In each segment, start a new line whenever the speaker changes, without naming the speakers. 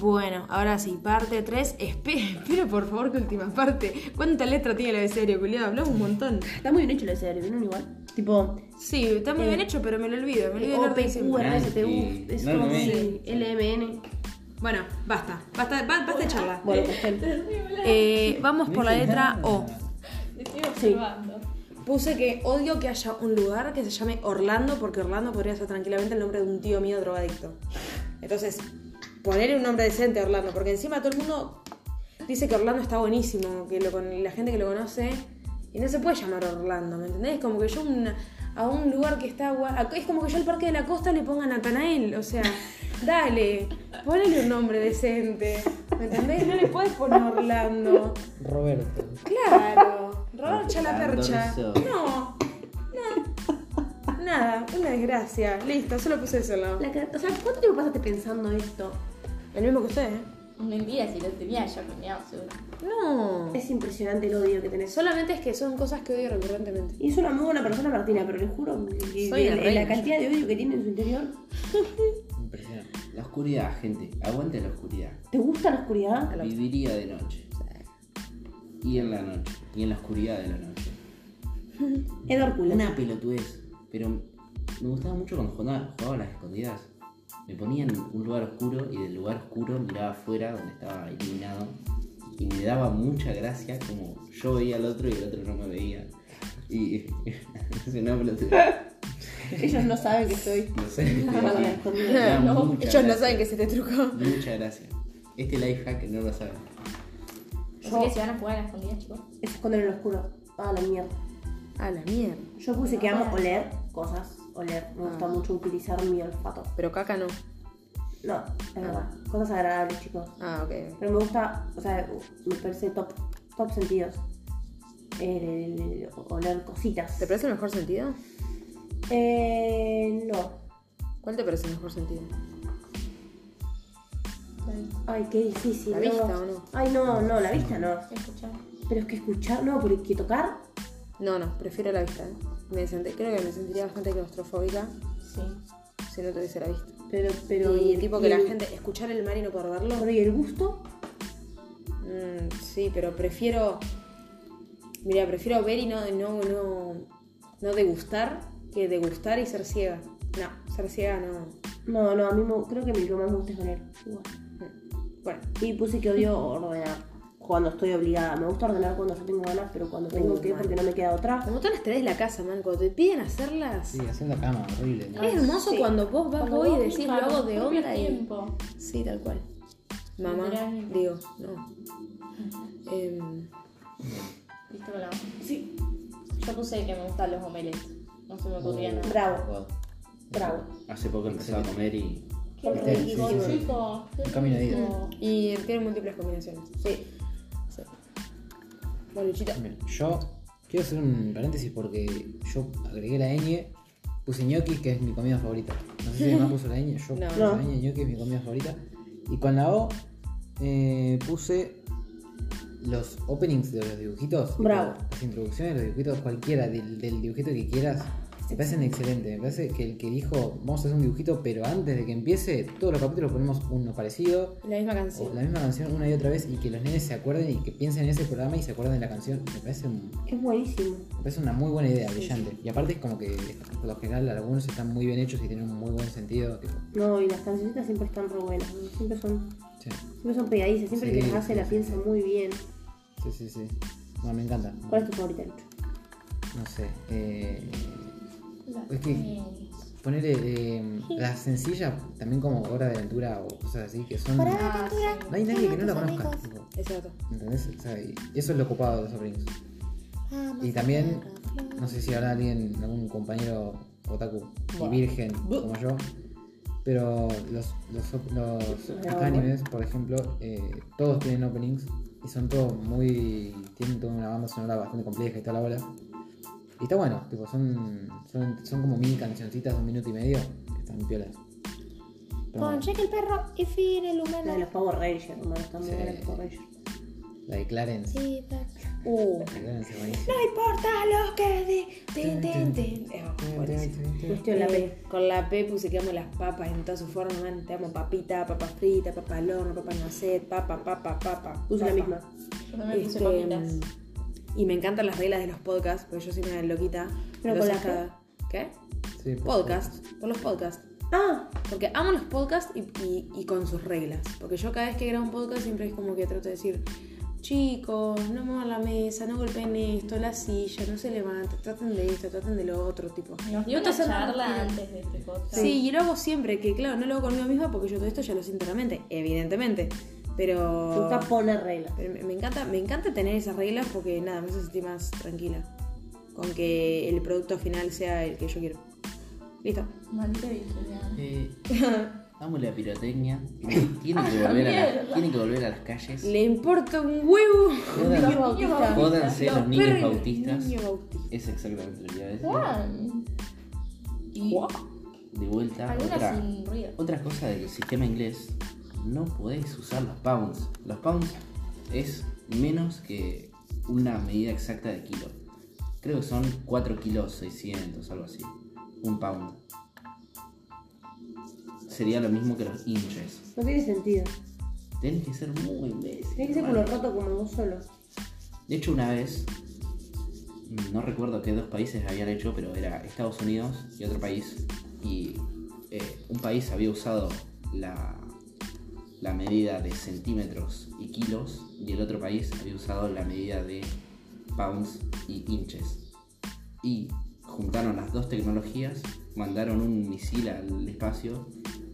Bueno, ahora sí, parte 3. Espero, por favor, que última parte. ¿Cuánta letra tiene la de serio, culiado? Hablamos un montón.
Está muy bien hecho la serie, ¿vieron igual? Tipo,
Sí, está muy bien hecho, pero me lo olvido. Me
oh,
olvido el orden
OPQ,
siempre.
RSTU, es
No, no,
como
no.
sí, LMN.
Bueno, basta. Basta, ba- basta de charla.
Bueno, pues, pastel.
Eh, vamos por la letra O.
Te estoy observando.
Puse que odio que haya un lugar que se llame Orlando, porque Orlando podría ser tranquilamente el nombre de un tío mío drogadicto. Entonces, ponerle un nombre decente a Orlando, porque encima todo el mundo dice que Orlando está buenísimo, que lo con la gente que lo conoce, y no se puede llamar Orlando, ¿me entendés? Como que yo una- a un lugar que está gua- a- Es como que yo al Parque de la Costa le ponga Natanael, o sea, dale, ponele un nombre decente, ¿me entendés? No le puedes poner Orlando.
Roberto.
Claro, Robert Chalapercha.
Orlando Rizzo.
No, no. Nada, una desgracia. Listo, solo puse eso. ¿no?
La ca- O sea, ¿cuánto tiempo pasaste pensando esto?
El mismo que ustedes, ¿eh?
Mentira, si lo tenía yo planeado seguro.
No.
Es impresionante el odio que tenés.
Solamente es que son cosas que odio recurrentemente.
Y es una muy buena persona, Martina, pero le juro que
Soy
de-
el
de
rey.
la cantidad de odio que tiene en su interior.
Impresionante. La oscuridad, gente. Aguante la oscuridad.
¿Te gusta la oscuridad?
Viviría de noche. Y en la noche. Y en la oscuridad de la noche.
Edward Cullen.
Una pelotudez. Pero me gustaba mucho cuando jugaba, jugaba a las escondidas. Me ponía en un lugar oscuro y del lugar oscuro miraba afuera donde estaba iluminado. Y me daba mucha gracia como yo veía al otro y el otro no me veía. Y es una pelotudez.
Ellos no saben que soy.
No sé.
No, no, no, no.
Me daba mucha
Ellos no
gracia.
saben que se te trucó.
Mucha gracia. Este life hack no lo saben.
Así que si van a jugar a las escondidas, chicos.
Es esconder en lo oscuro. Ah, la mierda.
A la mierda. Ah.
Yo puse que amo oler cosas. Oler. Me gusta mucho utilizar mi olfato.
Pero caca no.
No, es verdad. Cosas agradables, chicos.
Ah, ok.
Pero me gusta, o sea, me parece top, top sentidos. El, el- el oler cositas.
¿Te parece el mejor sentido?
Eh, no.
¿Cuál te parece el mejor sentido?
Ay, qué difícil.
¿La
no.
vista o no?
Ay, no, no, la vista no.
Escuchar.
Pero es que escuchar, no, porque tocar.
No, no, prefiero la vista. ¿eh? Me senté, creo que me sentiría bastante claustrofóbica
Sí.
si no tuviese la vista.
Pero, pero.
y tipo que la
el-
gente escuchar el mar y no poder verlo.
Pero y el gusto.
Mm, sí, pero prefiero. Mira, prefiero ver y no, no, no, no degustar que degustar y ser ciega. No, ser ciega no.
No, no, a mí me- creo que mi lo más me gusta es oler. Igual.
Bueno,
Y puse que odio ordenar. Cuando estoy obligada. Me gusta ordenar cuando yo tengo ganas, pero cuando tengo
Uh,
que
mal.
porque no me queda otra.
como todas las tareas de la casa, man, cuando te piden hacerlas.
Sí, haciendo cama, horrible. ¿no?
Es hermoso
Sí.
cuando vos vas
Cuando
hoy y
vos
decís lo
misma,
hago
tu
de
propio
obra y.
tiempo.
Sí, tal cual. Mamá,
Literalmente.
digo, no. Em,
Listo, bueno.
Sí.
Yo puse que me gustan los omelets. No se me
Oh.
ocurría nada.
Bravo,
Wow.
bravo.
Hace poco empecé a comer y.
Qué
Sí, sí,
rico,
sí, sí.
chico. Qué
Un camino de ida.
rico.
y tiene múltiples combinaciones.
Sí.
Sí. Bueno, Luchita.
Bien, Yo quiero hacer un paréntesis porque yo agregué la ñ, puse ñoquis, que es mi comida favorita. No sé si más puso la ñ, yo
No.
puse la ñ, ñoquis es mi comida favorita. Y con la O eh, puse los openings de los dibujitos. tipo,
Bravo.
Las introducciones de los dibujitos, cualquiera del, del dibujito que quieras. Me parecen excelentes. Me parece que el que dijo, vamos a hacer un dibujito, pero antes de que empiece, todos los capítulos ponemos uno parecido.
La misma
O
canción.
la misma canción una y otra vez y que los nenes se acuerden y que piensen en ese programa y se acuerden de la canción, me parece, un-
Es buenísimo.
me parece una muy buena idea, brillante. Y aparte es como que por lo general algunos están muy bien hechos y tienen un muy buen sentido. tipo,
No, y las cancioncitas siempre están re buenas. Siempre son,
sí,
siempre son pegadizas. Siempre
Sí,
que las hace
sí,
la
sí,
piensa
sí.
muy bien.
sí, sí, sí. No, me encanta.
¿Cuál es tu favorita, Lucho?
No sé. Eh,
Las
Es que-
omelets.
ponerle las sencillas eh, también como Hora de Aventura o cosas así que son... No
Ah, sí.
hay nadie que no la conozca. tipo,
Exacto.
¿Entendés? O sea, y eso es lo copado de los openings. Y también, no sé si habrá alguien, algún compañero otaku y virgen como yo, pero los, los, op- los
Pero-
animes, por ejemplo, eh, todos tienen openings y son todos muy. tienen toda una banda sonora bastante compleja y toda la bola. Y está bueno, tipo, son, son, son como mini cancioncitas de un minuto y medio que están piolas. Pero bueno,
Jack el perro y Finn el
La de los Power Rangers, hermano. Están muy
Sí.
buenas las Power Rangers.
la de Clarence.
Uh.
Clarence es buenísima.
importa lo que di. Tin, tin, tin. Eh, bueno. buenísimo.
Cuestión la
Eh,
P.
Con la P puse que amo las papas en todas sus formas, man. Te amo papita, papa frita, papa al horno, papa nacet, papa, papa, papa.
Puse la
papa.
misma.
Yo también puse
Este,
papitas.
Y me encantan las reglas de los podcasts, porque yo soy una loquita.
Pero
Entonces
con la
cada- ¿Qué?
Sí, pues, por
Podcast, por los podcasts.
Ah,
Porque amo los podcasts y, y- y con sus reglas. Porque yo cada vez que grabo un podcast siempre es como que trato de decir, chicos, no muevan la mesa, no golpeen esto, la silla, no se levanten, traten de esto, traten de lo otro, tipo.
Nos
Y
dio una
otros andan-
charla antes de este podcast.
Sí, y lo hago siempre, que claro, no lo hago conmigo misma porque yo todo esto ya lo siento en la mente, evidentemente.
me
Pero,
gusta poner reglas.
pero me, me encanta, me encanta tener esas reglas porque nada, me hace sentir más tranquila. Con que el producto final sea el que yo quiero. Listo.
Maldita virginiana.
Eh, amo la pirotecnia. Tienen que, volver a las, tienen que volver a las calles.
Le importa un huevo.
Jodan-
Niño bautista.
bautista.
Jódanse
Los
los niños
perros.
bautistas.
Niño bautista.
Es exactamente lo que iba a decir.
Juan.
Y de vuelta,
Algunas
otra,
sin ruido.
otra cosa del sistema inglés, no podés usar los pounds. Los pounds es menos que una medida exacta de kilo. Creo que son 4 kilos 600, algo así. Un pound. Sería lo mismo que los inches.
No tiene sentido.
Tenés que ser muy imbécil.
Tiene que ser culo
hermano.
roto como vos solo.
De hecho, una vez, no recuerdo qué dos países habían hecho, pero era Estados Unidos y otro país. Y eh, un país había usado la, la medida de centímetros y kilos, y el otro país había usado la medida de pounds y inches. Y juntaron las dos tecnologías, mandaron un misil al espacio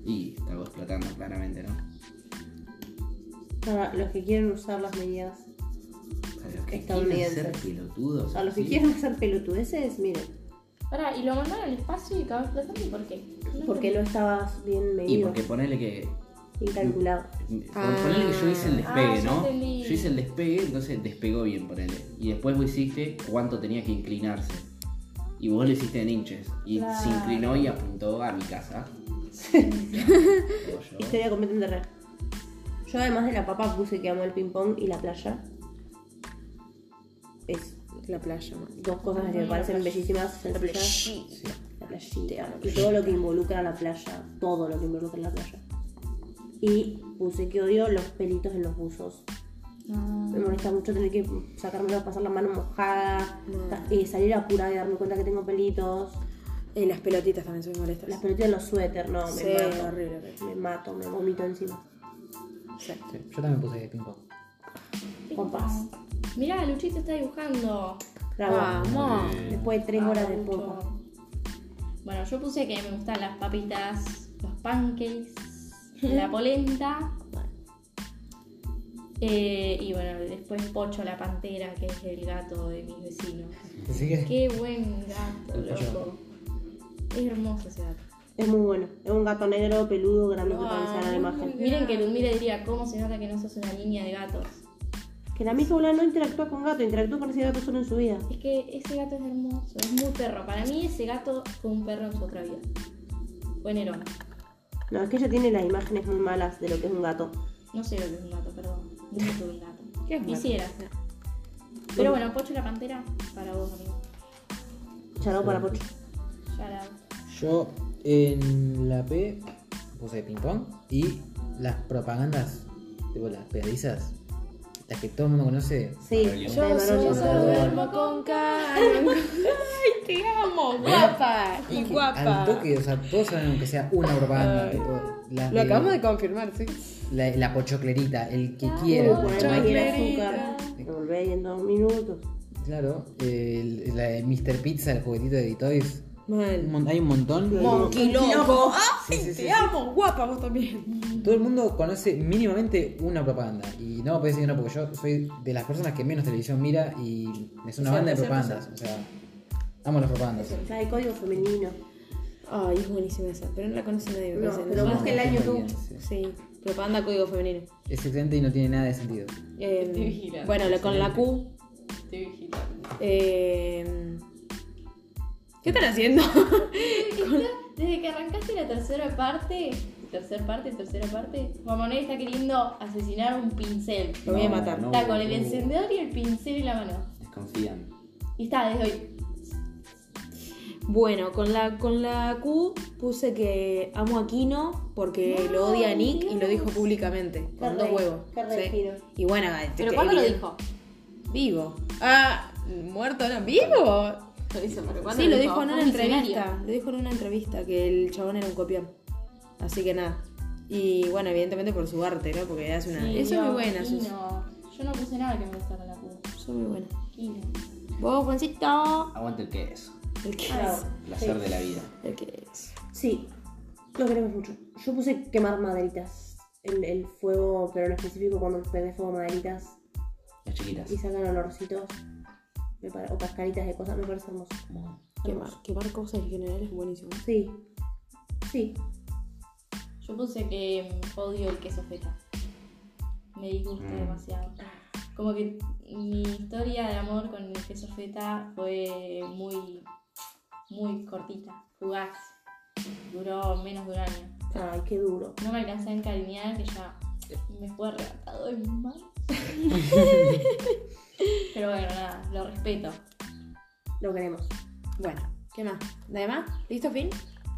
y estaba explotando claramente, ¿no?
Para los que quieren usar las medidas.
A los que quieren
Estadounidenses.
ser pelotudos.
A los que
así,
quieren usar pelotudeces, miren.
Pará, y lo mandaron al espacio y acabó explotando. ¿Y por qué? No
Porque no estabas bien
Y
medido,
porque ponele que
bien calculado.
Ah.
Ponele que yo hice el
Ah,
despegue,
ya
¿no?
entendí.
Yo hice el despegue, entonces despegó bien, ponele. Y después vos hiciste cuánto tenía que inclinarse. Y vos lo hiciste en hinches. Y
Claro.
se inclinó y apuntó a mi casa. O yo.
Historia completamente real. Yo además de la papa puse que amo el ping pong y la playa. Es
La playa, man.
dos cosas que me parecen bellísimas.
La
sencillas.
playa.
La playita. Y todo lo que involucra a la playa. Todo lo que involucra a la playa. Y puse que odio los pelitos en los buzos.
Ah.
Me molesta mucho tener que sacármelo, pasar la mano mojada, ta- eh, salir apurada y darme cuenta que tengo pelitos.
Eh, las pelotitas también son molestas.
Las pelotitas en los suéter, no, me
Sí,
mato.
horrible.
Me mato, me vomito encima.
Sí.
Sí, yo también puse ping pong.
Con paz.
Mirá, Luchito está dibujando.
Bravo.
Vamos.
Después de tres
Ah,
horas de
mucho.
poco.
Bueno, yo puse que me gustan las papitas, los pancakes, la polenta. Eh, y bueno, después Pocho la pantera, que es el gato de mis vecinos.
Así que,
Qué buen gato,
El Pocho.
loco. Es hermoso ese gato.
Es muy bueno. Es un gato negro, peludo, grande que parece a la
Ay,
imagen.
Miren que Lumira diría, ¿cómo se nota que no sos una niña de gatos?
Que la misma no interactúa con gato, interactúa con ese gato solo en su vida.
Es que ese gato es hermoso, es muy perro. Para mí ese gato fue un perro en su otra vida. Fue Nerón.
No, es que ella tiene las imágenes muy malas de lo que es un gato.
No sé lo que es un gato, perdón. Nunca tuve un gato.
¿Qué es un
Quisiera. Pero bueno, Pocho la Pantera, para vos, amigo.
Charó para Pocho.
Ya la...
yo en la P puse ping pong y las propagandas, tipo las pedizas, las que todo el mundo conoce.
Sí,
Maravilloso.
la de Maroche.
duermo con calma. Ay, te amo, guapa. Y
Al toque, o sea, todos saben aunque sea una propaganda. tipo, las
Lo acabamos de Ah, confirmar, sí.
La, la pochoclerita, el que quiera.
Uh, poner
Chau,
mañana
Clarita.
azúcar. Me volveré en dos minutos.
Claro, el- la de Mr. Pizza, el juguetito de Toys. Un
Mal.
mon- Hay un montón.
Monkey loco.
Sí,
Ay,
sí, sí.
te amo, guapa, vos también.
Todo el mundo conoce mínimamente una propaganda. Y no me puede decir que no, porque yo soy de las personas que menos televisión mira y es una
Sí, sí,
banda de
sí,
propagandas. O sea, amo las propagandas.
La de código femenino.
Ay, es buenísima esa, pero no la conoce nadie, me
No,
parece.
pero
No.
busquen la
no,
YouTube.
no, sí.
Sí, propaganda código femenino.
Es excelente y no tiene nada de sentido.
Eh,
Estoy vigilando.
bueno, lo- con la Q.
Estoy vigilando.
eh, ¿Qué están haciendo?
Desde que arrancaste la tercera parte, tercer parte, tercera parte, Mamoné está queriendo asesinar un pincel.
Lo voy a matar.
No,
Está con el
no.
encendedor y el pincel en la mano.
Desconfían.
Y está desde hoy.
Bueno, con la, con la Q puse que amo a Kino porque
No,
lo odia a Nick y lo
Dios.
dijo públicamente.
Qué
Con dos
re-
huevos.
qué re
sí.
Kino.
Y bueno,
¿Pero
Este,
que-
cuándo lo
evidente-
dijo?
Vivo. Ah, muerto, no, vivo.
Lo hizo, pero ¿cuándo
Sí, lo dijo en
Fue
una
un visionario.
entrevista. Lo dijo en una entrevista que el chabón era un copión. Así que nada. Y bueno, evidentemente por su arte, ¿no? Porque es una.
Sí,
eso es
Dios,
muy buena.
Kino.
Eso
Yo no puse nada que me gustara la Q.
es muy buena.
Kino.
Vos, Juancito.
Aguante el que es.
El que
Ah,
es.
Placer de la vida.
El que es.
Sí, lo queremos mucho. Yo puse quemar maderitas. El, el fuego, pero en específico cuando prende fuego maderitas
Las chiquitas.
y sacan olorcitos me pare- o cascaritas de cosas, me parece hermoso.
Como-
Quemar, quemar cosas en general es buenísimo.
Sí, sí.
Yo puse que mm, odio el queso feta. Me disgusta
Mm.
demasiado. Como que mi historia de amor con el queso feta fue muy, muy cortita, fugaz. Duró menos de un año.
Ay, qué duro.
No me alcancé a encariñar, que ya me fue arrebatado en mis manos. Pero bueno, nada, lo respeto.
Lo queremos.
Bueno, ¿qué más? ¿Nada más? ¿Listo, fin?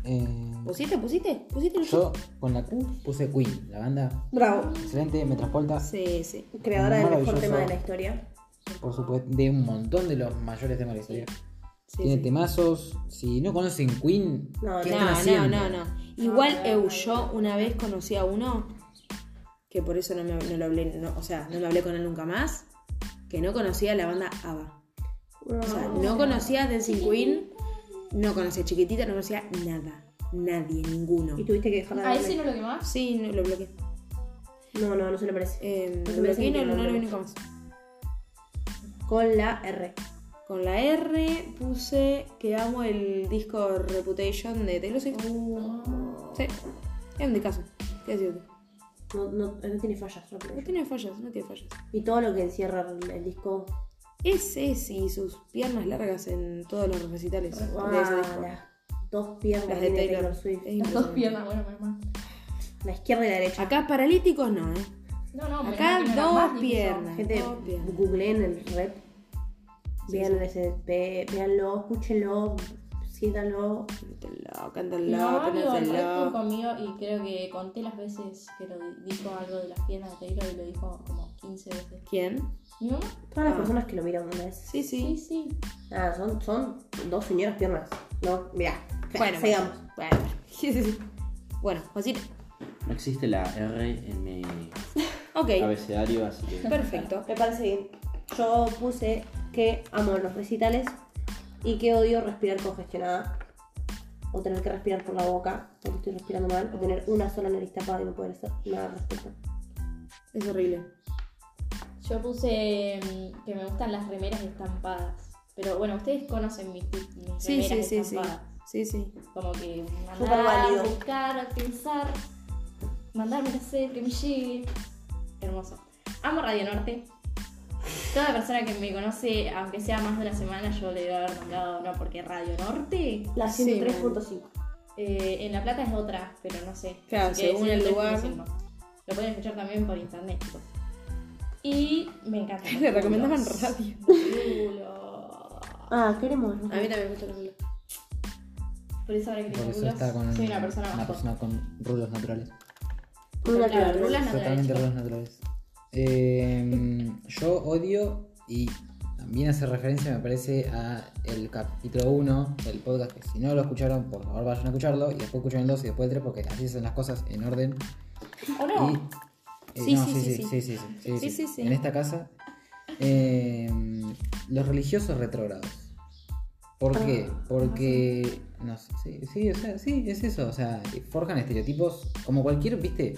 Eh,
¿Pusiste, pusiste? ¿Pusiste el
yo con la Q puse Queen, la banda
Bravo.
excelente, me transporta,
Sí, sí.
Creadora del mejor
Maravilloso.
tema de la historia.
por supuesto, de un montón de los mayores temas de la historia.
sí,
Tiene
sí.
temazos, si no conocen Queen,
No,
¿qué
no,
están
No, no,
haciendo?
no, no. Igual,
No,
Eu,
no,
yo
no.
una vez conocí a uno, que por eso no, me, no lo hablé, no- o sea, no me hablé con él nunca más, que no conocía la banda ABBA. O sea,
Ah.
no conocía Dancing Queen, no conocía Chiquitita, no conocía nada. Nadie, ninguno.
Y tuviste que dejar de
¿A
darle.
ese no lo que más?
Sí, no, lo bloqueé.
No, no, no se le parece.
Eh,
No
lo
te parece
bloqueé y
ni
no,
que
no lo
lo
vi
hablemos.
nunca más.
Con la R.
Con la R puse que amo el disco Reputation de Taylor Swift.
Oh.
Sí, es un discazo. ¿Qué decirte?
No, no, no tiene fallas. no
No
tiene-
tiene fallas, no tiene fallas.
Y todo lo que encierra el, el disco.
Ese es y sus piernas largas en todos los recitales de ese
Ah,
disco.
las dos piernas
Las de
tiene
Taylor.
Swift.
Es
Las dos
impresionante.
piernas, bueno, mi hermano.
La izquierda y la derecha.
Acá paralíticos no, ¿eh?
No, no, me
Acá
imagino las más
dos
difíciles.
piernas.
Gente,
dos piernas.
googleen el rep.
Ah, Sí,
Vean
sí.
ese ve- Veanlo, escúchenlo, siéntanlo.
Cántalo, cántalo,
No, amigo, el
pónganlo.
resto conmigo y creo que conté las veces que lo di- dijo algo de las piernas de Taylor y lo dijo como 15 veces.
¿Quién?
¿No?
Todas las
Ah.
personas que lo miran una vez.
Sí, sí.
Sí, sí.
Ah, son, son dos señoras piernas. No, mirá.
Bueno,
sigamos.
Bueno, bueno. bueno, Juancito.
No existe la R en mi
Ok,
abecedario, así que.
perfecto.
Me parece bien. Yo puse que amo los recitales y que odio respirar congestionada. O tener que respirar por la boca, porque estoy respirando mal. O tener una sola nariz tapada y no poder hacer nada al respecto.
Es horrible.
Yo puse mm, que me gustan las remeras estampadas. Pero bueno, ustedes conocen mis, mis remeras
Sí, sí, sí, sí.
estampadas.
Sí, sí.
Como que
Súper válido.
mandar, buscar, pensar, mandarme a hacer que me llegue. Hermoso. Amo Radio Norte. Toda persona que me conoce, aunque sea más de una semana, yo le debo haber nombrado, no, porque Radio Norte
La
Sí,
103.5.
Eh, en La Plata es otra, pero no sé.
Claro,
Así que
según
es
el lugar.
3.5. Lo pueden escuchar también por internet, chicos. Y me encanta.
Le recomendaban radio.
ah, queremos. ¿no?
A mí también me gusta la mula.
Por eso ahora que tengo
Porque eso está con
rulos, soy una persona más joven.
persona con rulos naturales.
Una
Claro,
que-
rulas naturales,
Totalmente
chicos.
rulos naturales. Eh, yo odio y también hace referencia, me parece, a el capítulo 1 del podcast. Que si no lo escucharon, por favor vayan a escucharlo. Y después escuchen el 2 y después el 3, porque así son las cosas en orden.
¿O no?
Y, eh,
Sí,
no,
sí,
sí,
sí, sí.
sí, sí, sí, sí,
Sí,
sí,
sí, sí.
En esta casa, eh, los religiosos retrógrados. ¿Por qué? Porque, no sé, sí, sí, o sea, sí, es eso, o sea, forjan estereotipos como cualquier, viste,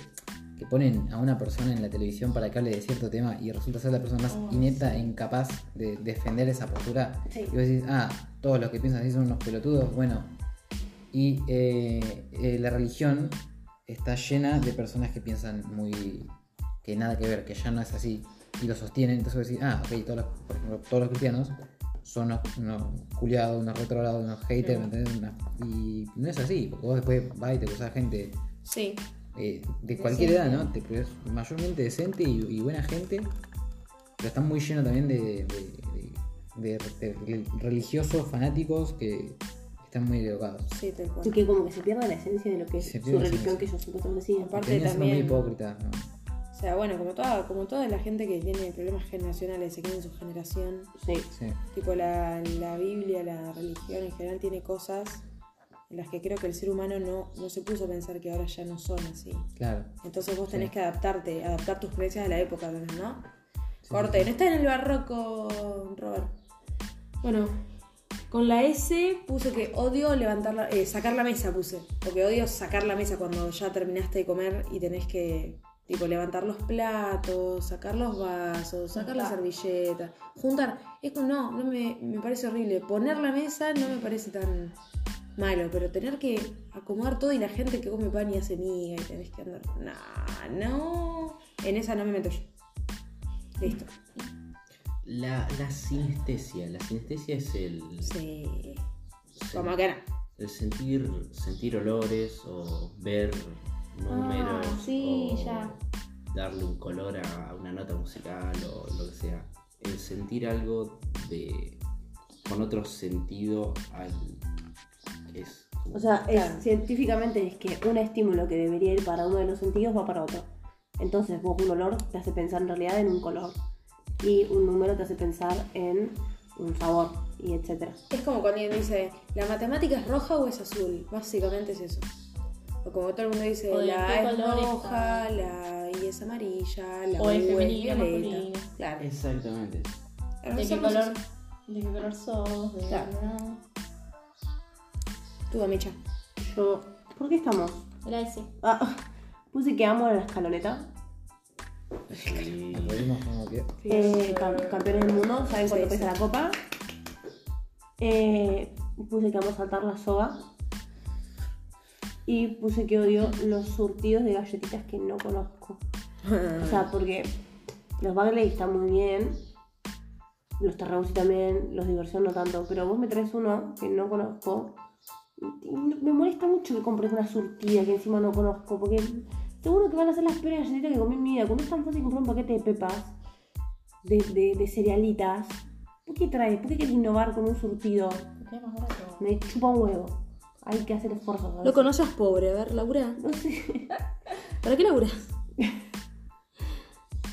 que ponen a una persona en la televisión para que hable de cierto tema y resulta ser la persona más
Oh,
inepta e incapaz de defender esa postura.
Sí.
Y vos decís, ah, todos los que piensan así son unos pelotudos, bueno. Y eh, eh, la religión está llena de personas que piensan muy que nada que ver, que ya no es así, y lo sostienen, entonces vos decís, ah, ok, todos los, por ejemplo, todos los cristianos son unos, unos culiados, unos retrogrados, unos haters, ¿me entendés? Una- y no es así, porque vos después vas y te cruzás gente
Sí.
eh, de cualquier edad, ¿no? Te cruzás mayormente decente y, y buena gente, pero están muy llenos también de, de- de- de- de- de religiosos fanáticos que Están muy educados.
Sí, tal
Y
cual.
que como que se pierda la esencia de lo que es
Se
su
pierde la
religión que
esencia.
ellos supuestamente siguen.
Aparte
Terminan siendo muy
también-
hipócritas. ¿no?
O sea, bueno, como toda, como toda la gente que tiene problemas generacionales, se queda en su generación.
Sí.
Sí.
Tipo la, la Biblia, la religión en general tiene cosas en las que creo que el ser humano no, no se puso a pensar que ahora ya no son así.
Claro.
Entonces vos tenés
Sí.
que adaptarte, adaptar tus creencias a la época, ¿no?
Sí,
Corte, no está en el barroco, Robert. Bueno, con la S puse que odio levantar la, eh, sacar la mesa, puse. Porque odio sacar la mesa cuando ya terminaste de comer y tenés que tipo levantar los platos, sacar los vasos, sacar la servilleta, juntar. Es que no, no me, me parece horrible. Poner la mesa no me parece tan malo, pero tener que acomodar todo y la gente que come pan y hace miga y tenés que andar. No, no. En esa no me meto yo. Listo.
La, la sinestesia. La sinestesia es el.
Sí.
sen-
Como que no.
el sentir, sentir olores o ver números.
sí,
o
ya.
Darle un color a una nota musical o lo que sea. El sentir algo de con otro sentido al. Es como-
O sea, es-
Claro.
científicamente es que un estímulo que debería ir para uno de los sentidos va para otro. Entonces vos un olor te hace pensar en realidad en un color. Y un número te hace pensar en un sabor y etcétera.
Es como cuando alguien dice, ¿la matemática es roja o es azul? Básicamente es eso. O como todo el mundo dice,
O de
la
qué
A es
color
roja,
está.
la I es amarilla, la
O
U
es
es
femenino,
violeta.
masculino.
Claro.
Exactamente.
¿De qué
Hermoso,
color?
hermoso.
¿De qué color sos? ¿De
Claro.
verdad?
Tú, Amicha.
Yo, ¿por qué estamos?
Era ese.
Ah, puse que amo a la escaloneta.
Sí.
Volvimos como que.
Eh, cam- campeones del mundo, ¿saben cuánto
Sí,
pesa la copa? Eh, puse que amo saltar la soga. Y puse que odio los surtidos de galletitas que no conozco. O sea, porque los Bagley están muy bien, los Terrausi también, los Diversión no tanto, pero vos me traes uno que no conozco. y- y no- me molesta mucho que compres una surtida que encima no conozco, porque seguro que van a ser las peores galletitas que comí en mi vida. Cuando es tan fácil comprar un paquete de pepas, de, de- de cerealitas, ¿por qué traes? ¿Por qué quieres innovar con un surtido?
¿Qué más barato?
Me chupa un huevo. Hay que hacer esfuerzos. ¿sabes?
Lo conoces pobre, a ver, labura.
No sé.
¿Para qué labura?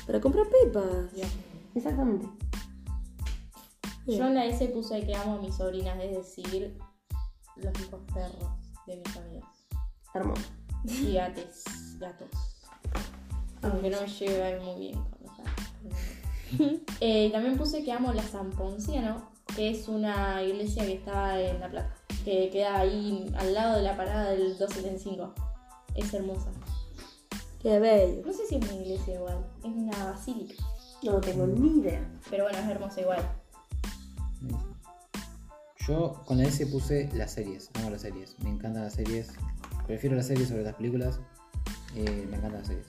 Para comprar pepas.
Exactamente.
Yo en la S puse que amo a mis sobrinas, es decir, los hijos perros de mis amigas.
Hermoso.
Y gates, gatos. Aunque no me lleve muy bien con los gatos. Eh, y también puse que amo la San Ponciano, que es una iglesia que está en La Plata, que queda ahí al lado de la parada del 275. Es hermosa.
Qué bello.
No sé si es una iglesia igual, es una basílica.
No tengo ni idea.
Pero bueno, es hermosa igual.
Yo con la S puse las series, amo las series, me encantan las series, prefiero las series sobre las películas, eh, me encantan las series.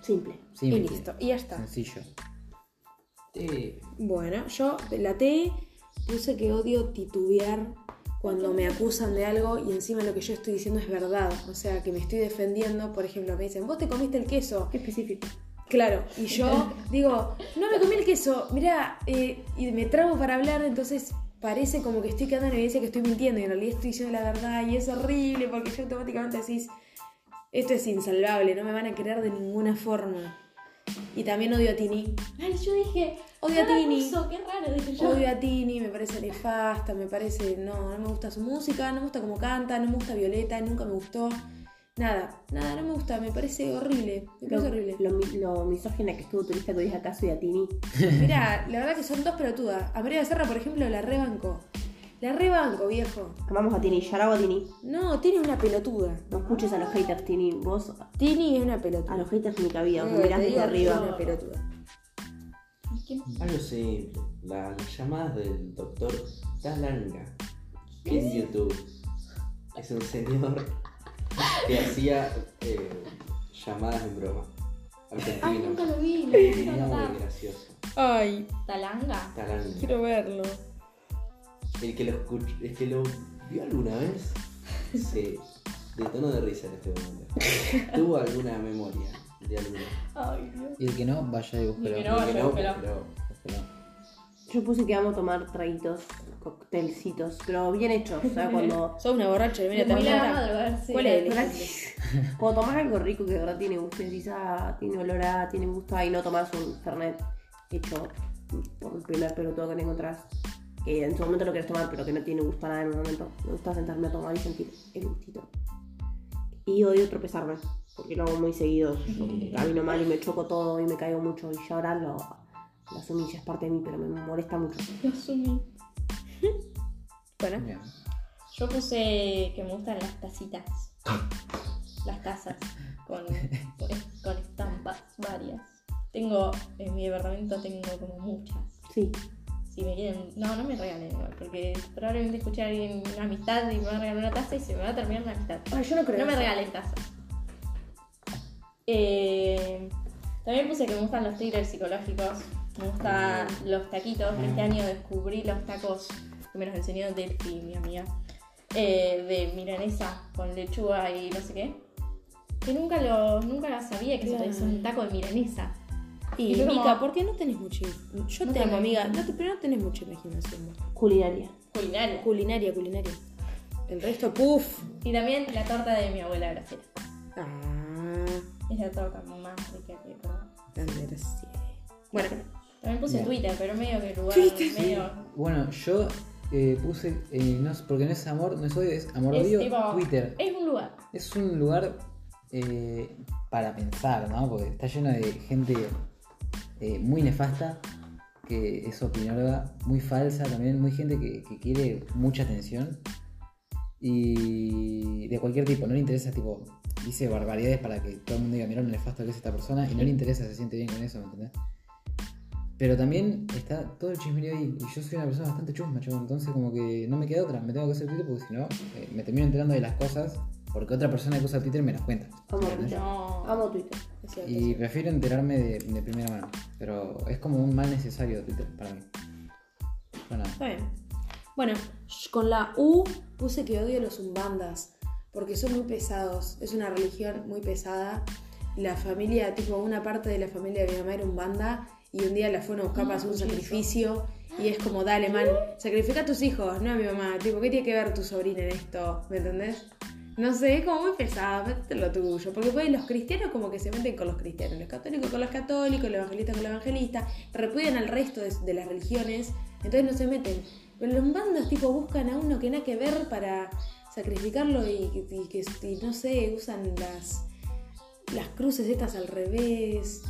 Simple.
Sí,
Y
mentira.
listo. Y ya está.
Sencillo.
Eh,
Bueno, yo de la T puse que odio titubear cuando me acusan de algo y encima lo que yo estoy diciendo es verdad. O sea, que me estoy defendiendo, por ejemplo, me dicen, vos te comiste el queso.
Qué específico.
Claro, y yo digo, no me comí el queso, mirá, eh, y me trago para hablar, entonces parece como que estoy quedando en evidencia que estoy mintiendo y en realidad estoy diciendo la verdad y es horrible porque yo automáticamente decís, esto es insalvable, no me van a querer de ninguna forma. Y también odio a Tini.
Ay, yo dije,
Odio a
"Cada
Tini.
curso, Qué raro, dije yo.
Odio a Tini, me parece nefasta, me parece. No, no me gusta su música, no me gusta cómo canta, no me gusta Violeta, nunca me gustó. Nada, nada, no me gusta, me parece horrible. Me
Lo,
parece horrible.
lo, mi- lo misógina que estuvo turista que dije acaso y a Tini.
Mirá, la verdad que son dos pelotudas. A María Becerra, por ejemplo, la rebanco. La rebanco, viejo.
Amamos a Tini, Yarabo a Tini.
No, Tini es una pelotuda.
No escuches a los haters, Tini. Vos
Tini es una
Ah,
a
pelotuda.
los haters ni cabía,
No,
os mirás
te
desde
digo que Es
arriba.
una pelotuda.
¿Qué?
algo simple. La- Las llamadas del doctor Talanga en YouTube. Es un señor que hacía eh, llamadas en broma. Argentino.
Ay, nunca lo vi, lo quiero
Era
anotar.
muy gracioso.
Ay,
Talanga.
Talanga.
verlo.
El que lo escuch- el que lo vio alguna vez se detonó de risa en este momento. Tuvo alguna memoria de alguna.
Ay, Dios.
Y el que no, vaya y
Y
búsquelo.
que no,
El que
yo
no,
búsquelo.
pero,
Búsquelo.
Yo puse que vamos a tomar traguitos, coctelcitos, pero bien hechos. O sea, cuando,
Sos una borracha, mira, te
Muy la vamos a
encanta.
drogar, sí.
¿Cuál es?
cuando tomás algo rico que de verdad tiene gusto, y decís, ah, tiene olor a, tiene gusto, ahí no tomás un fernet hecho por el primer pelotudo que te encontrás. Que en su momento lo querés tomar, pero que no tiene gusto a nada en un momento. Me gusta sentarme a tomar y sentir el gustito. Y odio tropezarme, porque lo hago muy seguido. Yo Camino mal y me choco todo y me caigo mucho. Y ya ahora lo, lo asumí, ya es parte de mí, pero me molesta mucho.
Lo asumí.
Bueno,
Bien.
Yo puse que me gustan las tacitas. Las tazas. Con, con estampas varias. Tengo, en mi departamento tengo como muchas.
Sí,
Si me quieren. No, no me regalen igual, porque probablemente escuché a alguien una amistad y me va a regalar una taza y se me va a terminar la amistad.
Ay, yo no creo.
No me
eso.
regalen tazas. Eh, también puse que me gustan los thrillers psicológicos. Me gustan los taquitos. Este año descubrí los tacos que me los enseñó Delphi, mi amiga. eh, de milanesa con lechuga y no sé qué. Que nunca lo nunca sabía que
Claro.
se hizo un taco de milanesa.
y
yo como-
Mica, ¿por qué no tenés mucha? Yo
No
te amo,
tenés.
amiga. No te- pero no tenés mucha imaginación. vos.
Culinaria.
Culinaria.
Culinaria, culinaria. El resto, puff.
Y también la torta de mi abuela Graciela.
Ah,
Es la torta más rica que he probado.
tan gracioso. Bueno,
También puse
Bien.
Twitter, pero medio que lugar.
Twitter.
Medio.
Bueno, yo eh, puse, eh, no, es- porque no es amor, no es odio, es
Es
amor-odio,
tipo-
Twitter.
Es un lugar.
Es un lugar eh, para pensar, ¿no? Porque está lleno de gente eh, muy nefasta, que es opinóloga, muy falsa también, muy gente que, que quiere mucha atención y de cualquier tipo, no le interesa, tipo, dice barbaridades para que todo el mundo diga, mirá lo nefasto que es esta persona y no le interesa, se siente bien con eso, ¿me entendés? Pero también está todo el chismerío ahí y yo soy una persona bastante chusma, chabón, entonces como que no me queda otra, me tengo que hacer Twitter porque si no, eh, me termino enterando de las cosas porque otra persona que usa Twitter me las cuenta.
Amo
¿entendés?
Twitter.
No.
Amo Twitter.
es cierto,
Y prefiero enterarme de, de primera mano. Pero es como un mal necesario Twitter para mí. Bueno,
Está bien. Bueno, sh- con la U puse que odio los umbandas, porque son muy pesados, es una religión muy pesada. La familia, tipo, una parte de la familia de mi mamá era umbanda y un día la fueron a buscar para hacer un sacrificio y es como, dale, man, sacrifica a tus hijos, no a mi mamá. Tipo, ¿qué tiene que ver tu sobrina en esto? ¿Me entendés? No sé, es como muy pesado, métete en lo tuyo. Porque pues, los cristianos como que se meten con los cristianos, los católicos con los católicos, los evangelistas con los evangelistas, repudian al resto de, de las religiones, entonces no se meten. Pero los bandas tipo buscan a uno que nada que ver para sacrificarlo y, y que y no sé, usan las, las cruces estas al revés.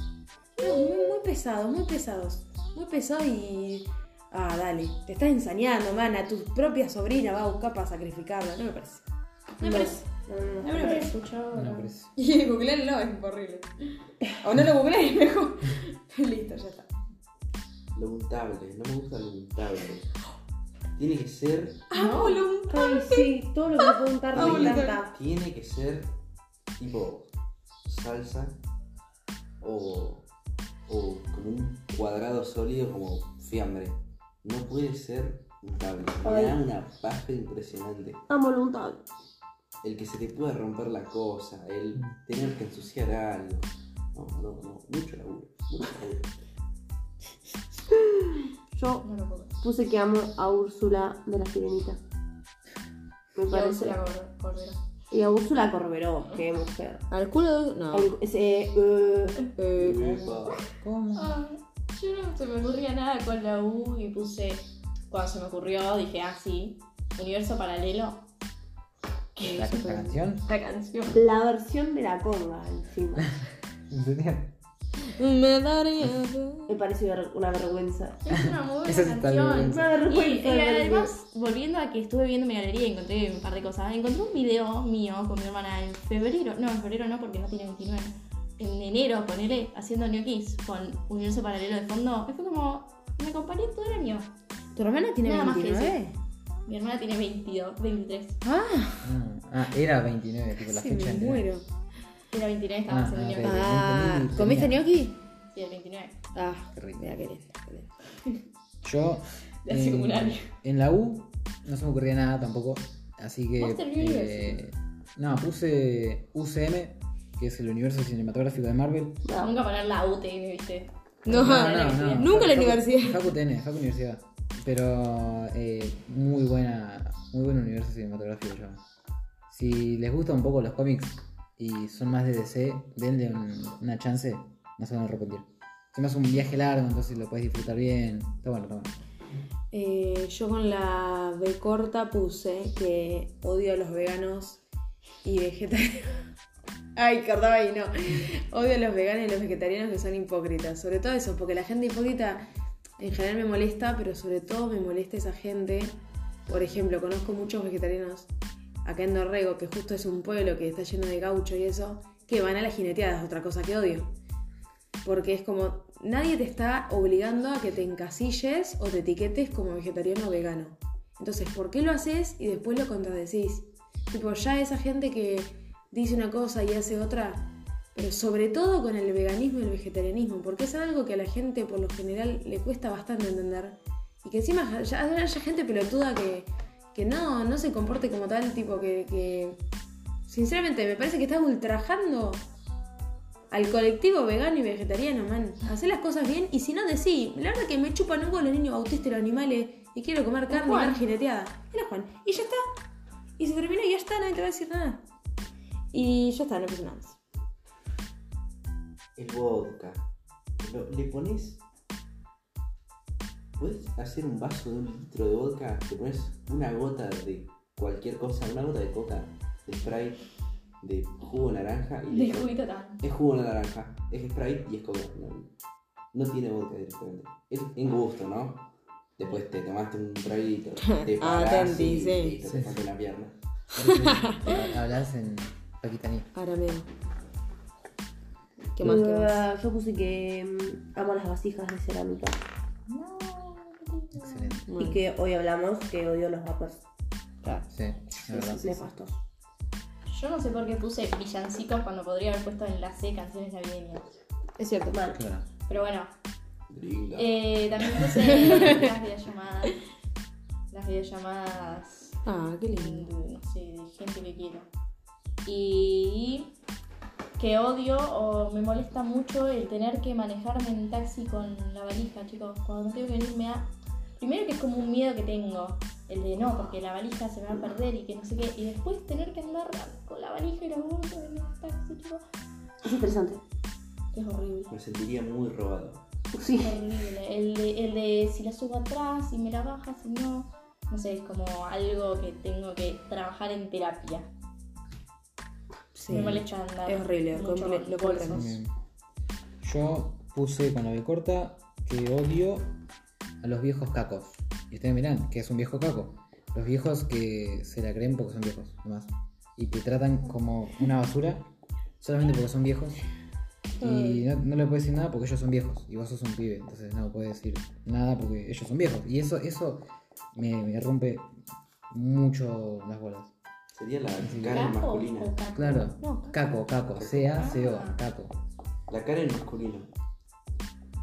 No, muy, muy pesados, muy pesados. Muy pesados y. Ah, dale. Te estás ensañando, man. A tu propia sobrina va a buscar para sacrificarla. No me parece. No me parece.
No,
No me parece.
no parece.
Y googlearlo es horrible. O no lo googlees mejor. Listo, ya está.
Lo untable, no me gusta lo untable. Tiene que ser.
Amo lo
Ay, sí, todo lo que me puede untar
Ah,
me
boludo.
encanta.
Tiene que ser tipo salsa o, o como un cuadrado sólido como fiambre. No puede ser untable. Me
Ay.
da una paja impresionante.
Amo lo untable.
El que se te pueda romper la cosa, el tener que ensuciar algo. No, no, no. Mucho laburo. Mucho laburo.
Yo
No lo puedo.
puse que amo a Úrsula de la Sirenita. Me
Y
parece.
la Cor- Cordero.
Y a Úrsula Corberó, qué mujer.
Al culo de. No.
Al- ese, eh,
Eh,
Epa.
¿Cómo?
Ah, yo no se me ocurría nada con la U y puse. Cuando se me ocurrió, dije, ah, sí. Universo paralelo. Que
¿La,
es un-
la canción?
La canción.
la versión de la conga, encima.
¿Entendían?
me daría.
Me parece ver- una vergüenza.
Es una muy buena
Esa sí está bien,
canción.
esa.
Una vergüenza.
Y, y
me parece.
además, volviendo a que estuve viendo mi galería y encontré un par de cosas, encontré un video mío con mi hermana en febrero, no, en febrero no porque no tiene 29, en enero, ponele, haciendo ñoquis con Universo Paralelo de fondo, y fue como, me acompañé todo el año.
¿Tu hermana tiene
Nada más que
29?
Mi hermana tiene 22, 23,
Ah,
Ah, era 29, tipo la
sí,
fecha
me
anterior.
muero.
era 29, estaba
Ah,
haciendo
ah,
ñoquis.
ok.
Ah,
entendí,
¿comiste
tenía-
gnocchi?
Sí, el 29.
Ah,
Qué rico.
mira qué lindo. qué lindo.
Yo.
De hace
en-
como un año.
En la U no se me ocurría nada tampoco. Así que.
Monster Universe.
eh, no, puse UCM, que es el universo cinematográfico de Marvel.
Ah,
Nunca poner la UTM, viste.
No,
No, no, no.
nunca la
Facu-
universidad.
Facu TN, Facu Universidad. Pero eh, muy buena, muy buen universo cinematográfico yo. Si les gustan un poco los cómics y son más de DC, denle un- una chance, no se van a arrepentir. Si no es un viaje largo, entonces lo puedes disfrutar bien. Está bueno, está bueno.
Eh, yo con la B corta puse que odio a los veganos y vegetarianos. Ay, cortaba ahí, no. Odio a los veganos y los vegetarianos que son hipócritas. Sobre todo eso, porque la gente hipócrita en general me molesta, pero sobre todo me molesta esa gente. Por ejemplo, conozco muchos vegetarianos acá en Dorrego, que justo es un pueblo que está lleno de gaucho y eso, que van a las jineteadas, otra cosa que odio. Porque es como, nadie te está obligando a que te encasilles o te etiquetes como vegetariano o vegano. Entonces, ¿por qué lo haces y después lo contradecís? Tipo, ya esa gente que dice una cosa y hace otra, pero sobre todo con el veganismo y el vegetarianismo, porque es algo que a la gente por lo general le cuesta bastante entender. Y que encima ya hay gente pelotuda que, que no, no se comporte como tal, tipo que- que sinceramente me parece que estás ultrajando al colectivo vegano y vegetariano, man. Hacé las cosas bien y si no, decí. La verdad que me chupan un huevo los niños autistas y los animales y quiero comer carne y
Juan.
ver jineteada. Era Juan. Y ya está. Y se terminó y ya está, nadie te va a decir nada. Y ya está, no puse nada más.
el vodka. Lo- le pones. Puedes hacer un vaso de un litro de vodka, le pones una gota de cualquier cosa, una gota de coca, de Sprite, de jugo de naranja y
De
le-
juguito tan.
Es jugo de naranja, es Sprite y es coca. No, no tiene vodka directamente. Es en gusto, ¿no? Después te tomaste un traguito, te parás
Atenti,
y,
sí.
y te
Sí,
tomaste una pierna.
Porque Hablas en paquistaní.
Ahora me. ¿Qué más? ¿Qué más?
Ah, Yo puse que mm, amo las vasijas de cerámica.
No.
Excelente.
Bueno.
Y que hoy hablamos que odio los vapers.
Sí, es verdad.
Nefastos.
Yo no sé por qué puse villancicos cuando podría haber puesto en la C canciones navideñas.
Es cierto.
Mal.
Claro.
Pero bueno,
Gringa.
eh, también puse las videollamadas. Las videollamadas.
Ah, qué
mm,
lindo.
No sé, de gente que quiero. Y que odio o me molesta mucho el tener que manejarme en el taxi con la valija, chicos. Cuando tengo que venir me da. Primero que es como un miedo que tengo, el de no, porque la valija se me va a perder y que no sé qué. Y después tener que andar con la valija y los bolsos en el taxi, chicos.
Es interesante.
Es horrible.
Me sentiría muy robado.
Sí.
Horrible. El de, el de si la subo atrás, si me la baja, si no. No sé, es como algo que tengo que trabajar en terapia.
Sí.
Me molesta andar.
Es horrible,
mucho
comple-
con
lo comprendo.
bolsos.
Bien. Yo puse con la B corta que odio a los viejos cacos. Y ustedes mirán, que es un viejo caco? Los viejos que se la creen porque son viejos, nomás. Y te tratan como una basura solamente porque son viejos. Y no, no le puedes decir nada porque ellos son viejos y vos sos un pibe. Entonces no puedes decir nada porque ellos son viejos. Y eso, eso me, me rompe mucho las bolas.
Sería la
Sí.
Karen
¿Caco
masculina.
o caco?
Claro.
No,
Caco, caco, C-A-C-O, caco.
La Karen masculina.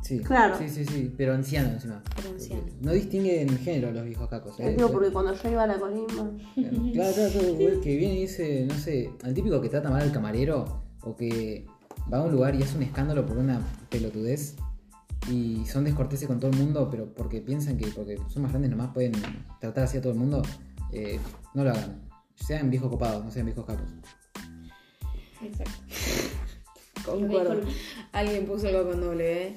Sí.
Claro.
Sí, sí, sí, pero anciano encima.
Pero anciano.
No distinguen género los viejos cacos. ¿eh?
Es digo porque cuando yo iba a la colima.
Claro, claro, claro, güey, que viene y dice, no sé, al típico que trata mal al camarero o que va a un lugar y hace un escándalo por una pelotudez y son descorteses con todo el mundo, pero porque piensan que porque son más grandes nomás pueden tratar así a todo el mundo, eh, no lo hagan. Sean viejos copados, no sean viejos cacos.
Exacto.
Concuerdo. Alguien puso algo con doble, ¿eh?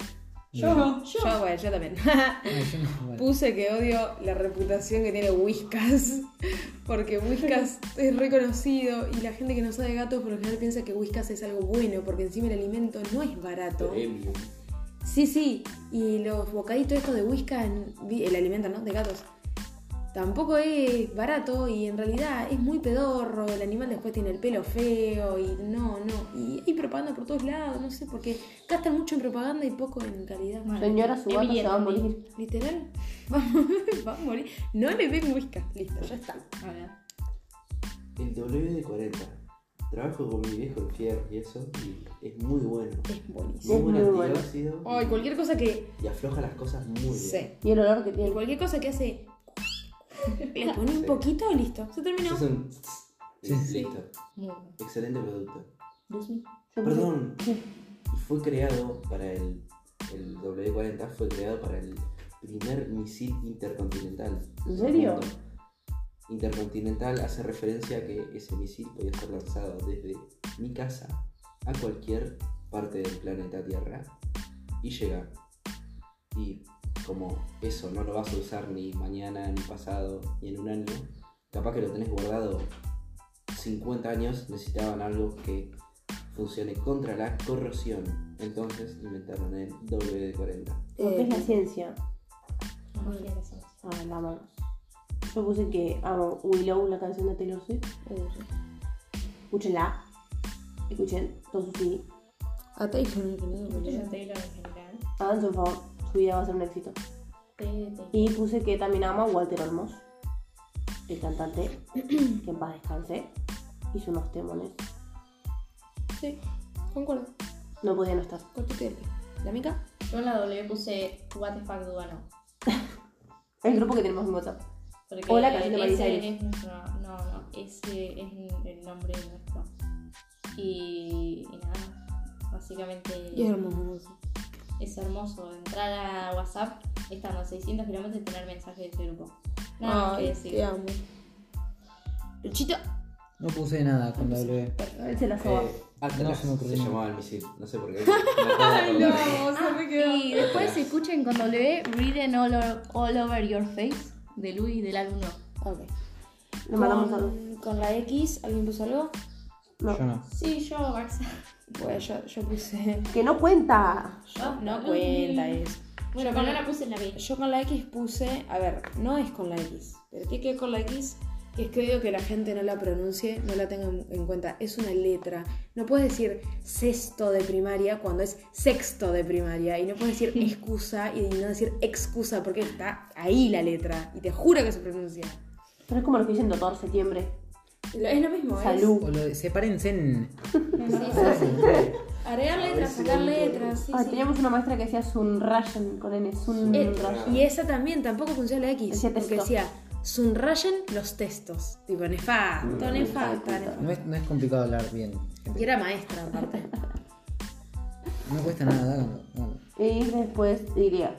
Yo, yo.
Yo, bueno, yo también.
Ay, yo no, bueno.
Puse que odio la reputación que tiene Whiskas, porque Whiskas es reconocido y la gente que no sabe de gatos por lo general piensa que Whiskas es algo bueno, porque encima el alimento no es barato.
Premium.
Sí, sí, y los bocaditos estos de Whiskas, vi- el alimento, ¿no? De gatos. Tampoco es barato y en realidad es muy pedorro, el animal después tiene el pelo feo y no, no. Y hay propaganda por todos lados, no sé, porque gastan mucho en propaganda y poco en calidad.
Señora, su gato se va a morir.
Literal, vamos a morir. No le ven whiskas, listo, ya está.
A ver.
El WD-40. Trabajo con mi viejo el fierro y eso. Y es muy bueno.
Es buenísimo.
Muy
Es
buen
muy bueno.
antiácido.
Ay, cualquier cosa que.
Y afloja las cosas muy bien.
Sí.
Y el olor que tiene.
Cualquier cosa que hace. Le pone un
Sí.
poquito y listo. Se terminó.
Eso es un-
Sí.
Listo.
Muy bueno.
Excelente producto.
Dios mío.
Yo puse- eh,
Perdón.
Sí.
Y fue creado para el
el W40 fue creado para el primer misil intercontinental.
¿En serio?
Mundo. Intercontinental hace referencia a que ese misil podía ser lanzado desde mi casa a cualquier parte del planeta Tierra y llegar. Y como eso no lo vas a usar ni mañana, ni pasado, ni en un año, capaz que lo tenés guardado 50 años, necesitaban algo que funcione contra la corrosión. Entonces inventaron el WD-40.
Lo que es la ciencia.
No, no, no, no.
Ah, la amo. Yo puse que amo Willow, la canción de Taylor Swift. Escúchenla. Escuchen todos sus CD.
A Taylor no le
Yo
boludo.
ya te digo en general.
Hagan su favor. Su vida va a ser un éxito.
Te- te-
Y puse que también amo a Walter Olmos, el cantante, que en paz descanse. Hizo unos temones.
Sí, concuerdo.
No podía no estar.
Con tu piel. ¿La mica?
Yo en la W puse What the fuck Duano.
El grupo que tenemos en WhatsApp.
Porque
O la canción de Miley
ese
Cyrus.
es nuestro. No, no, ese es el nombre nuestro. Y, y nada, básicamente
Y es hermoso.
es hermoso entrar a WhatsApp, estando a 600 kilómetros y tener mensajes de este grupo. Nada más que
Ay,
decir.
te amo. Luchita.
No puse nada cuando hablé.
Él se la soba.
Eh, Atlas
No se me ocurrió
se
nada.
llamaba el misil, no sé por qué. Me acabo de acordar.
Ah, y después escuchen con W Reading all, O- All Over Your Face de Luis del álbum No.
Ok.
Nos mandamos algo.
con, con la X, ¿alguien puso algo?
No.
Yo no.
Sí, yo, Max.
Bueno, yo, yo puse.
Que no cuenta.
Yo no cuenta eso.
Bueno, pero no la puse en la B.
Yo con la X puse. A ver, no es con la X. Pero tiene que ver con la X. Que es que odio que la gente no la pronuncie, no la tenga en en cuenta. Es una letra. No puedes decir sexto de primaria cuando es sexto de primaria. Y no puedes decir excusa y no decir excusa porque está ahí la letra. Y te juro que se pronuncia.
Pero es como lo que dicen doctor septiembre.
Lo- Es lo mismo, ¿eh? es-
Salud.
O lo de, sepárense en.
Agregar letras, sacar letras. sí,
Ah,
sí.
teníamos una maestra que decía Sunrayan con N.
Eh,
Sunrayan.
y esa también tampoco funciona la X.
Decía texto.
Porque decía, sunrayen los textos. Tipo,
Mm,
nefasto, nefasto, nefasto.
No es, no es complicado hablar bien. gente.
Y era maestra, aparte.
No cuesta nada, háganlo, háganlo.
Y después diría.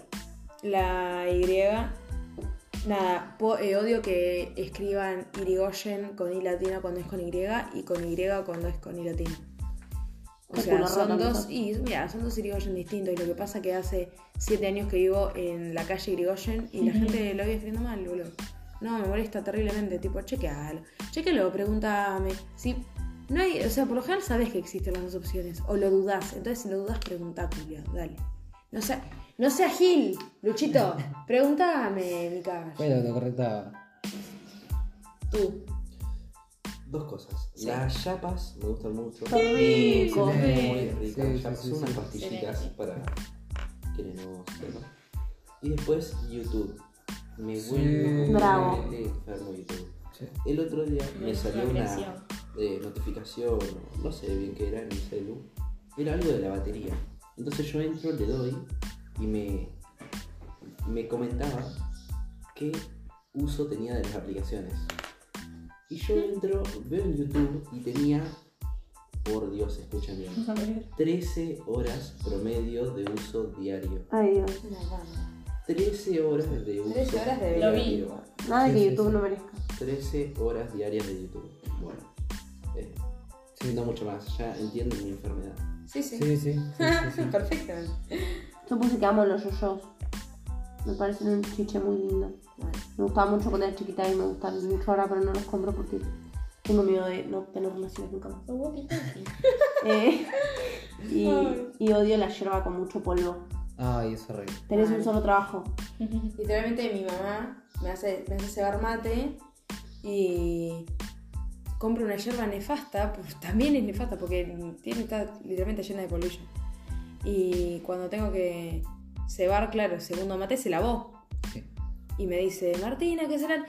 La Y. Nada, po- eh, odio que escriban Irigoyen con I latina cuando es con Y y con Y cuando es con I latina. O
Qué
sea,
culo
son
roto,
dos,
amigo.
y mira, son dos Irigoyen distintos. Y lo que pasa que hace siete años que vivo en la calle Irigoyen y la gente lo vive escribiendo mal, boludo. No, me molesta terriblemente. Tipo, chequealo. Chequealo, pregúntame. Si no hay, o sea, por lo general sabes que existen las dos opciones. O lo dudás. Entonces, si lo dudás, preguntá, Julia. Dale. No sea, no sea Gil, Luchito. Pregúntame, mi
¿Cuál es la autocorrecta?
Tú.
Dos cosas. Las chapas me gustan mucho.
Qué rico.
Son Muy
Sí,
ricas.
sí,
Chapas,
sí,
son unas
sí.
pastillitas
Excelente.
para quienes no sepan. Y después YouTube. Me
Sí.
vuelve
Bravo.
completamente enfermo YouTube.
Sí.
El otro día me
Una
salió una
presión.
eh, notificación, o no sé bien qué era en mi celu. Era algo de la batería. Entonces yo entro, le doy y me, me comentaba qué uso tenía de las aplicaciones. Y yo
Mm.
entro, veo en YouTube y tenía, por Dios, escuchen bien, 13 horas promedio de uso diario.
Ay Dios.
13 horas de uso
13 horas de-
Lo vi.
diario.
Nada
Sí,
que
sí,
YouTube
sí.
no merezca.
13 horas diarias de YouTube. Bueno, eh,
Sí.
no mucho más, ya entienden mi enfermedad.
Sí,
Sí, sí. sí, sí, sí.
Perfecto.
Yo puse que amo los yoyos. Me parecen un chiche muy lindo. Me gustaba mucho cuando era chiquita y me gustan mucho ahora, pero no los compro porque tengo miedo de no tener relaciones nunca más. Eh, y, y odio la hierba con mucho polvo.
Ay, es horrible.
Tenés un
Mal.
solo trabajo.
Literalmente mi mamá me hace, me hace cebar mate y compro una yerba nefasta, pues también es nefasta porque tiene, está literalmente llena de polvillo. Y cuando tengo que cebar, claro, segundo mate se lavó.
Sí.
Y me dice, Martina, ¿qué serán?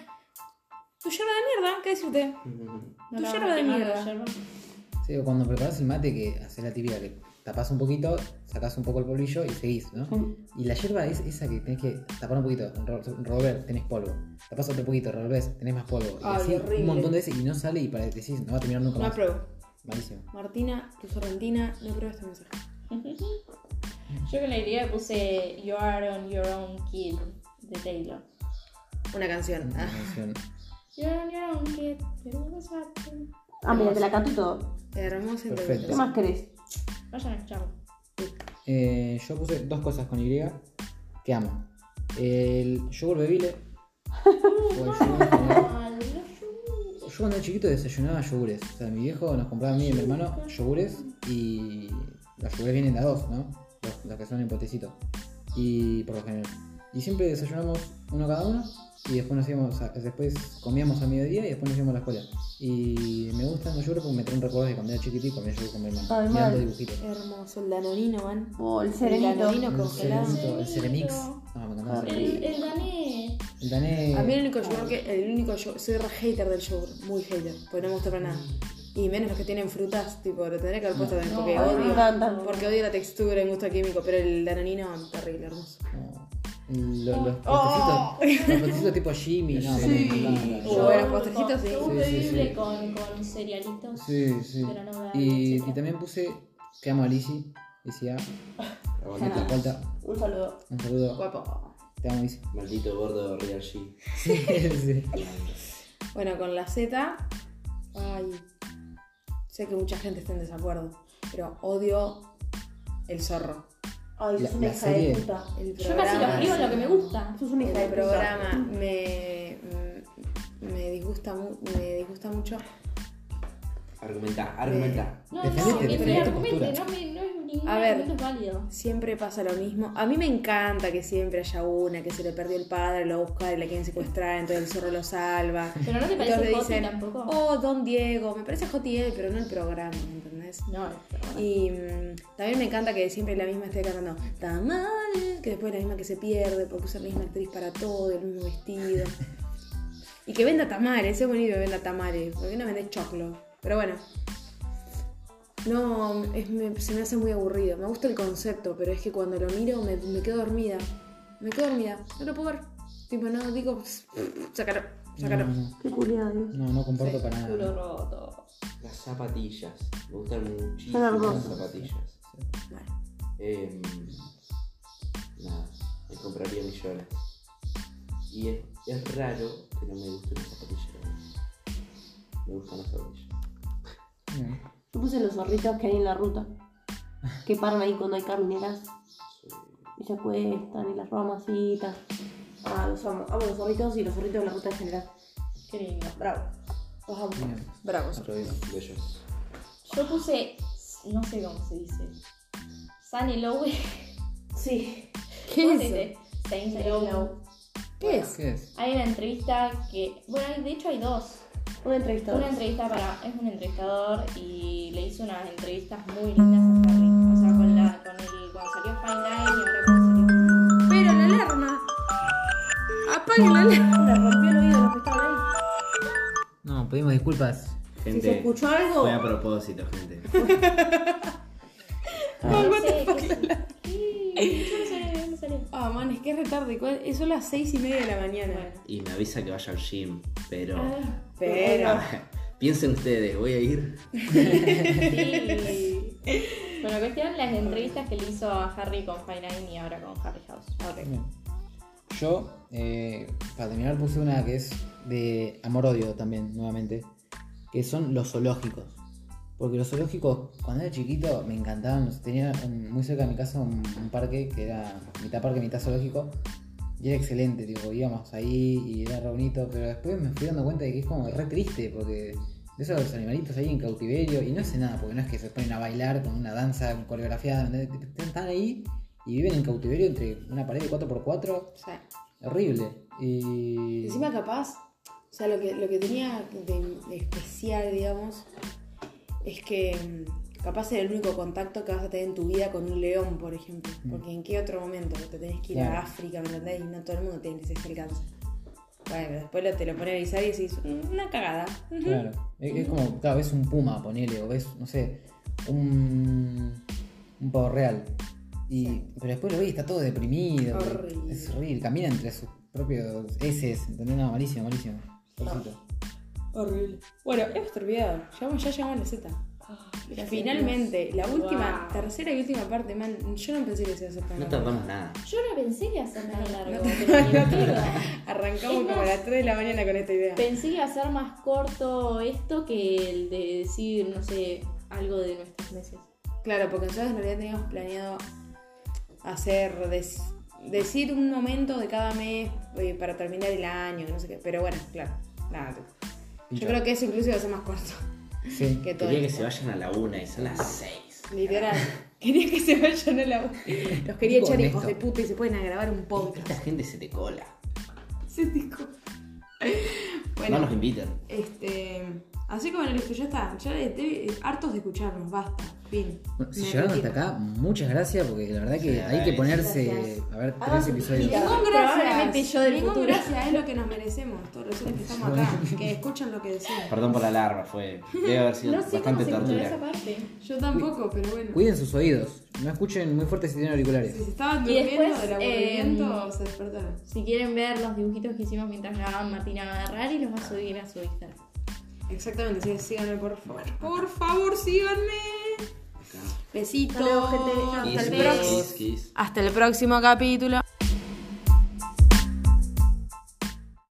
Tu yerba de mierda, ¿qué decirte?
No
Tu
la
yerba de
quemar,
mierda.
la yerba.
Sí, o cuando preparas el mate, que haces la tibia, que tapás un poquito, sacás un poco el polvillo y seguís, ¿no? Y la hierba es esa que tenés que tapar un poquito, ro- revolver, tenés polvo. Tapás otro poquito, revolvés, tenés más polvo. Y
Ay,
así
horrible.
un montón de veces y no sale y para decís, no va a terminar nunca
No
más.
apruebo.
Malísimo.
Martina, tu sorrentina, no apruebo este mensaje.
Yo con la idea puse You Are on Your Own Kill de Taylor.
Una canción.
Una
Ah,
canción.
You are on your own kid, pero what's happening?
Ah, mira, te la canto y todo.
hermosa
¿Qué
Perfecto.
introducción.
más querés?
Vayan a escucharlo.
Eh, yo puse dos cosas con Y que amo. El yogur bebile.
Pues
o el yogur en general.
Ay, no,
Yo cuando era chiquito desayunaba yogures. O sea, mi viejo nos compraba a mí y a mi hermano yogures y los yogures vienen de a dos, ¿no? Los, los que son en potecito. Y por lo general. Y siempre desayunamos uno cada uno y después nos íbamos a- después comíamos a mediodía y después nos íbamos a la escuela. Y me gustan los yogures porque me traen recuerdos de cuando era chiquito y comía yogur con mi hermano.
Ay,
mirando
mal.
dibujitos.
Hermoso, el danonino, man.
Oh, el
El
serenito.
danonino
El
congelado.
Cerenito, el Ceremix. No, me encantaba el Ceremix.
El, el Dané.
El Dané.
A mí el único yogur que. El único yo, soy re hater del yogur, muy hater, porque no me gusta para nada. Y menos los que tienen frutas, tipo, lo tendría que haber puesto también,
No,
porque
a mí me
odio.
encanta.
Porque odio la textura y gusto químico, pero el danonino, terrible, hermoso.
No. Lo- los
Oh.
potecitos. Los potecitos tipo Jimmy. No, me encantan.
Oh, bueno, postrecitos, sí.
Yogur
Sí, sí, sí.
bebible con, con cerealitos.
Sí, sí.
Pero no me da
Y,
leche.
y también puse que amo a Lizzy. Lizzy A.
La maldita-
Falta
Un saludo.
un saludo.
Guapo.
Te amo, Lizzy.
Maldito gordo Real G.
Sí, sí.
Bueno, con la Z. Ay. Sé que mucha gente está en desacuerdo, pero odio el zorro.
Ay,
La-
sos una
la
hija
serie.
de puta.
El
Yo casi lo
programa-
escribo en lo que me gusta.
Sos una hija de
El
puta.
programa me, me, disgusta, mu- me disgusta mucho.
Argumenta, argumenta.
No, no,
Defendete,
que me
defendete tu
argumente,
postura.
no me no es ningún
A ver.
argumento es válido.
Siempre pasa lo mismo. A mí me encanta que siempre haya una que se le perdió el padre, lo busca y la quieren secuestrar, entonces el zorro lo salva.
Pero no te
Entonces
parece
le
Joti
dicen,
tampoco.
oh, Don Diego, me parece JTL, pero no el programa, ¿me ¿entendés?
No, pero bueno.
Y mm, también me encanta que siempre la misma esté cantando Tamal, que después la misma que se pierde porque usa la misma actriz para todo, el mismo vestido. y que venda tamales, es bonito que venda tamales, porque no vende choclo. Pero bueno, no, es- me- se me hace muy aburrido. Me gusta el concepto, pero es que cuando lo miro me, me quedo dormida. Me quedo dormida, no lo puedo ver. Tipo, no, digo, "Pss, sácalo, sácalo.
No, no,
Qué culiado. Dios.
no, no comparto para
Culo
nada.
roto.
Las zapatillas. Me gustan muchísimo
Son
las
hermosas.
zapatillas.
Bueno,
Eh, nada, me compraría millones. Y es, es raro que no me gusten las zapatillas. Me gustan las zapatillas.
Mm.
Yo puse los zorritos que hay en la ruta. Que paran ahí cuando hay camineras.
Sí.
Y se acuestan y las ramacitas. Ah, los amo. Amo los zorritos y los zorritos de la ruta en general.
Qué lindo.
Bravo. Los amo.
Bien,
bravos.
otro video.
Bellos.
Yo puse, no sé cómo se dice. Sunny Lowe.
Sí.
¿Qué
¿Cómo
es
se
eso?
dice? Saint Lowe.
¿Qué es?
¿Qué es?
Hay una entrevista que. Bueno, hay- de hecho hay dos.
Una entrevista.
Una entrevista para. Es un entrevistador y le hizo unas entrevistas muy lindas a Harry. O sea, con, la, con el. Cuando salió Fine Line y ahora cuando salió.
Pero la alarma. Apaguen la alarma.
Una rompió el oído de los que estaban ahí.
No, pedimos disculpas.
Si se
Gente,
escuchó algo.
fue a propósito, gente.
No, no sé. ¿qué- qué? Yo no sé, no salió.
Ah, man, es que es retarde. Son las seis y media de la mañana.
Bueno.
Y me avisa que vaya al gym, pero...
Ah,
Pero.
Piensen ustedes, voy a ir.
sí. Bueno, cuestión las entrevistas que le hizo a Harry con Fine Line y ahora con Harry House.
Bien. Yo, eh, para terminar, puse una que es de amor-odio también, nuevamente, que son los zoológicos. Porque los zoológicos, cuando era chiquito, me encantaban. los- Tenía en- muy cerca de mi casa un, un parque que era mitad parque, mitad zoológico. Y era excelente, tipo, íbamos ahí y era re bonito. Pero después me fui dando cuenta de que es como re triste, porque esos animalitos ahí en cautiverio, y no hacen nada, porque no es que se ponen a bailar con una danza coreografiada, ¿entendés? están ahí y viven en cautiverio entre una pared de 4x4
O sea,
Horrible. Y.
encima capaz. O sea, lo que, lo que tenía de, de especial, digamos, es que mm, capaz era el único contacto que vas a tener en tu vida con un león, por ejemplo. Porque en qué otro momento te tenés que ir a
Mm. Claro.
África, ¿me entendés? Y no todo el mundo tiene ese alcance. Bueno, pero después lo- te lo pone a avisar y decís, "Mm, una cagada. Ujú.
Claro. e, Es, es como, claro, ves un puma, ponele, o ves, no sé, un. un pavo real. Y, Pero después lo ves, y está todo deprimido.
Horrible.
Es horrible. Camina entre sus propios heces. ¿Entendés? No, malísimo, malísimo. Pobrecito.
Horrible. Bueno, hemos terminado. Llegamos, ya llegamos a la Z.
Gracias.
Finalmente, la última,
Wow.
tercera y última parte, man, yo no pensé que se iba a hacer tan
No
largo.
tardamos nada.
Yo no pensé que iba a ser tan largo.
No
te lo juro.
Arrancamos
Es
como a
más-
las 3 de la mañana con esta idea.
Pensé que iba a ser más corto esto que el de decir, no sé, algo de nuestros meses.
Claro, porque nosotros en realidad teníamos planeado hacer, des- decir un momento de cada mes eh, para terminar el año, no sé qué. Pero bueno, claro, nada. Yo
Pincha.
creo que eso incluso iba a ser más corto
Sí.
que todo.
Quería que
esto.
se vayan a la una y son las seis.
Literal. Quería que se vayan a la Los quería
Tipo
echar
honesto.
hijos de puta y se pueden a grabar un podcast.
Esta gente se te cola.
Se te co-
No
Bueno,
nos invitan.
este. Así que bueno, listo, ya está. Ya estoy hartos de escucharnos, basta. Fin.
Bueno, si
Me
llegaron hasta
retiro.
acá, muchas gracias, porque la verdad
Sí,
que hay que
gracias.
ponerse.
Gracias.
A ver,
Ah,
Hagan
tres
sus
episodios.
giras.
Ningún
Probablemente
gracias.
yo del
Ningún
futuro.
gracias es lo que nos merecemos. Todos los seres que estamos acá, que escuchan lo que decimos.
Perdón por la alarma, fue. Debe haber sido
No sé cómo
bastante
se escuchará esa
tortura.
parte.
Yo tampoco, pero bueno.
Cuiden sus oídos. No escuchen muy fuerte si tienen auriculares.
Si se estaban
Y
durmiendo
después, eh,
del aburrimiento, se despertaron.
Si quieren ver los dibujitos que hicimos mientras grababan Martina Garrari, los va a subir a su Instagram.
Exactamente, sí, síganme, por favor. Por favor, síganme.
Acá.
Besitos.
Hasta luego, gente. Hasta
Hasta el
el
Kiss,
próximo.
próximo.
kiss, kiss.
Hasta el próximo capítulo.